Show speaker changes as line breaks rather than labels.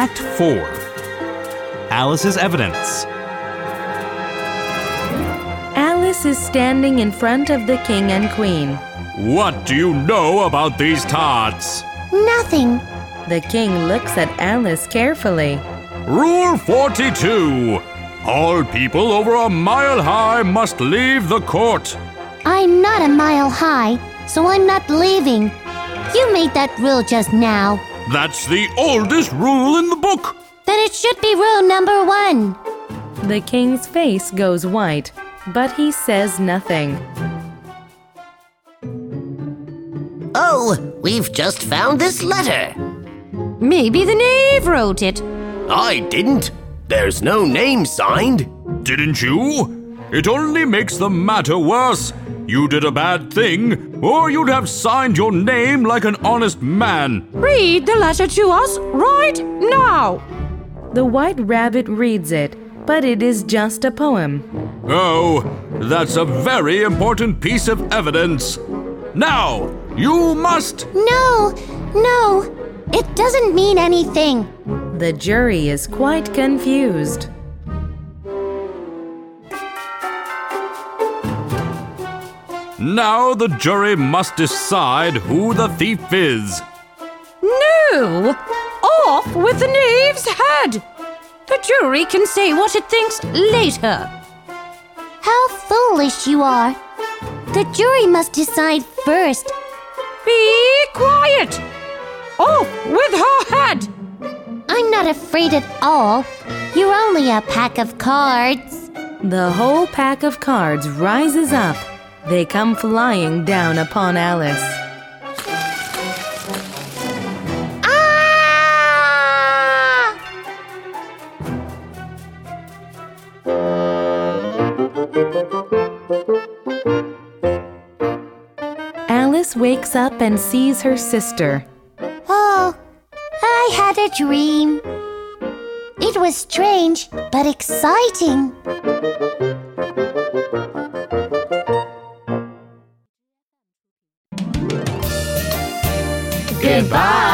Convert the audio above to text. Act 4 Alice's Evidence.
Alice is standing in front of the king and queen.
What do you know about these tarts?
Nothing.
The king looks at Alice carefully.
Rule 42 All people over a mile high must leave the court.
I'm not a mile high, so I'm not leaving. You made that rule just now.
That's the oldest rule in the book.
Then it should be rule number one.
The king's face goes white, but he says nothing.
Oh, we've just found this letter.
Maybe the knave wrote it.
I didn't. There's no name signed.
Didn't you? It only makes the matter worse. You did a bad thing, or you'd have signed your name like an honest man.
Read the letter to us right now.
The white rabbit reads it, but it is just a poem.
Oh, that's a very important piece of evidence. Now, you must.
No, no, it doesn't mean anything.
The jury is quite confused.
Now the jury must decide who the thief is.
No! Off with the knave's head. The jury can say what it thinks later.
How foolish you are. The jury must decide first.
Be quiet. Off with her head.
I'm not afraid at all. You're only a pack of cards.
The whole pack of cards rises up. They come flying down upon Alice.
Ah!
Alice wakes up and sees her sister.
Oh, I had a dream. It was strange, but exciting.
Goodbye!